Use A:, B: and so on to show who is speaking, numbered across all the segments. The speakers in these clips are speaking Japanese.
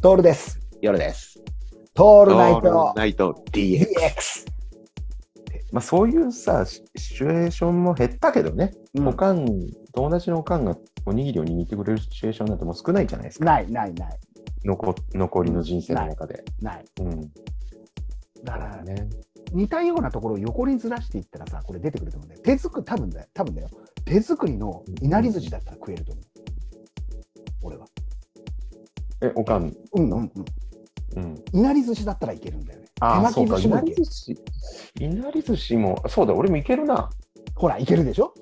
A: トールです。
B: 夜です。
A: ト
B: オ
A: ールナイト
B: ナイト DX。
A: DX。
B: まあそういうさ、シシチュエーションも減ったけどね、おかん、友達のおかんがおにぎりを握ってくれるシチュエーションなんてもう少ないじゃないですか。
A: ないないない
B: 残残りの人生の中で。
A: ない。
B: うん。
A: だから、
B: ね。
A: 似たようなところを横にずらしていったらさ、これ出てくると思うんだよ。手作り、多分だよ。多分だよ。手作りのいなり寿司だったら食えると思う。俺は。
B: え、おかん。
A: うんうんうん。
B: うん。
A: いなり寿司だったらいけるんだよね。
B: ああ、
A: 手
B: そ
A: 巻
B: う
A: き寿
B: か。
A: 司
B: いな
A: もい
B: り
A: ける
B: 寿司。いなり寿司も、そうだ、俺もいけるな。
A: ほら、いけるでしょ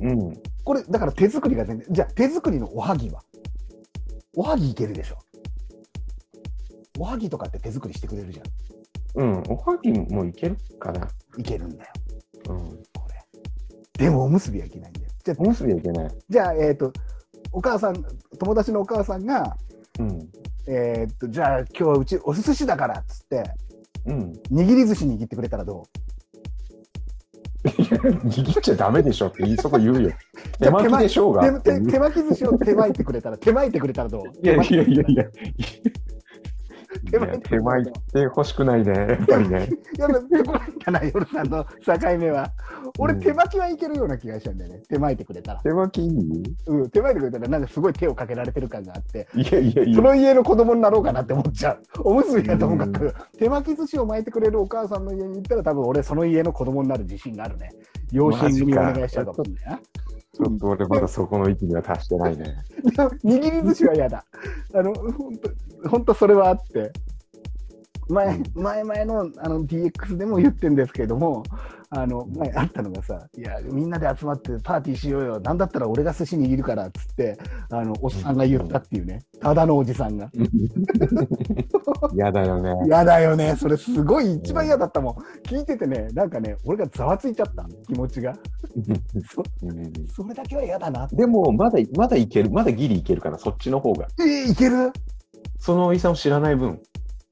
B: うん。
A: これ、だから手作りが全然。じゃあ、手作りのおはぎはおはぎいけるでしょおはぎとかって手作りしてくれるじゃ
B: うん。おはぎもいけるかな。
A: ん。いけるんだよ。
B: うん。
A: これ。でも、おむすびはいけないんだよ。じゃあ
B: おむすびはいけない。
A: じゃあ、えっ、と、お母さん、友達のお母さんが、
B: うん。
A: えっ、と、じゃあ今日はうちお寿司だからっつって、
B: うん。
A: 握り寿司握ってくれたらど
B: 握っちゃダメでしょって言いそこ言う よ。手巻きでしょう
A: う
B: が。
A: 手手手巻き寿司を手巻いてくれた ら、手巻いてくれたらどう
B: いやいやいやいや。
A: 手前
B: 手前行って欲しくないね、やっぱり ね。
A: やっぱ手巻いたな、夜さんの境目は。俺、
B: うん
A: 手巻きはいけるような気がしちゃうんだよね。手巻いてくれたら。
B: 手巻きいい
A: うん、手巻いてくれたら、なんかすごい手をかけられてる感があって、
B: いやいやい
A: そ
B: や。
A: の家の子供になろうかなって思っちゃう。おむすびやともかく、手巻き寿司を巻いてくれるお母さんの家に行ったら、多分俺、その家の子供になる自信があるね。養子にお願いしちゃうかもしれないな。
B: ちょっと俺まだそこの域には達してない ね。
A: 握り寿司は嫌だ。あの、本当本当それはあって。前、前々のあの DX でも言ってんですけれども、あの、前あったのがさ、いや、みんなで集まってパーティーしようよ。なんだったら俺が寿司握るから、っつって、あの、おっさんが言ったっていうね。ただのおじさんが。
B: 嫌だよね。
A: 嫌だよね、それすごい一番嫌だったもん。聞いててね、なんかね、俺がざわついちゃった、気持ちが。そ
B: うん
A: それだけは嫌だな。
B: でも、まだ、まだいける。まだギリいけるから、そっちの方が。
A: えー、いける
B: そのおじさんを知らない分。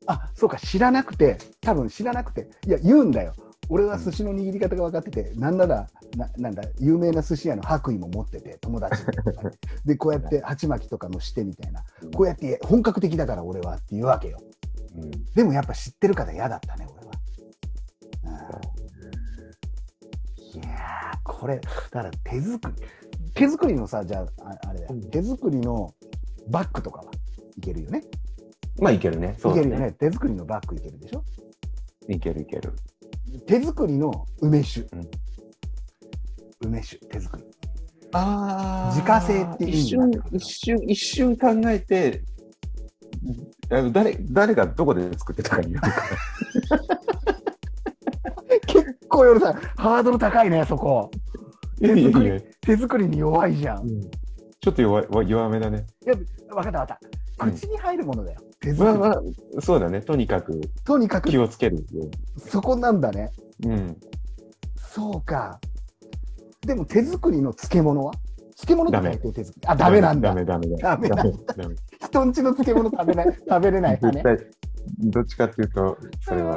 A: あ、そうか、知らなくて、多分知らなくて、いや、言うんだよ。俺は寿司の握り方が分かってて、なんなら、ななんだ、有名な寿司屋の白衣も持ってて、友達で。で、こうやって鉢巻きとかもしてみたいな。こうやって本格的だから俺はっていうわけよ。
B: うん
A: でもやっぱ知ってるから嫌だったね、俺は。うん、いやー、これ、だから手作り、手作りのさ、じゃあ、ああれだよ、
B: うん
A: 手作りのバッグとかはいけるよね。
B: まあ、いけるね。
A: い
B: そう
A: け
B: だ
A: るよ。ね。手作りのバッグいけるでしょ。
B: いけるいける。
A: 手作りの梅酒。
B: うん
A: 梅酒、手作り。
B: あ
A: ー自家製ってい
B: 一
A: いん
B: 瞬
A: だ、
B: 一瞬、一瞬考えて、あの誰、誰がどこで作ってたかによるから
A: 結構夜さん、ハードル高いね、そこ。手作り
B: いやい やいや
A: 手作りに弱いじゃん。
B: ちょっと弱い弱弱めだね。
A: わかったわかった。
B: うん
A: 口に入るものだよ。手作
B: まあ
A: り。
B: まあ、そうだね。とにかく
A: とにかく
B: 気、をつける。
A: そこなんだね。
B: うん。
A: そうか。でも手作りの漬物は漬物って
B: ダメ
A: 大抵手作り。あ、ダメなんだ
B: ダ。メダメ
A: ダメなん
B: ダメ
A: 人んちの漬物食 べない、食べれない
B: 絶
A: 派
B: 対、どっちかっていうと、それは。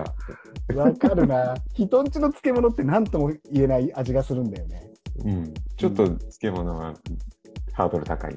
A: ね。わかるな。人んちの漬物って何とも言えない味がするんだよね。
B: うん。ちょっと漬物はハードル高い。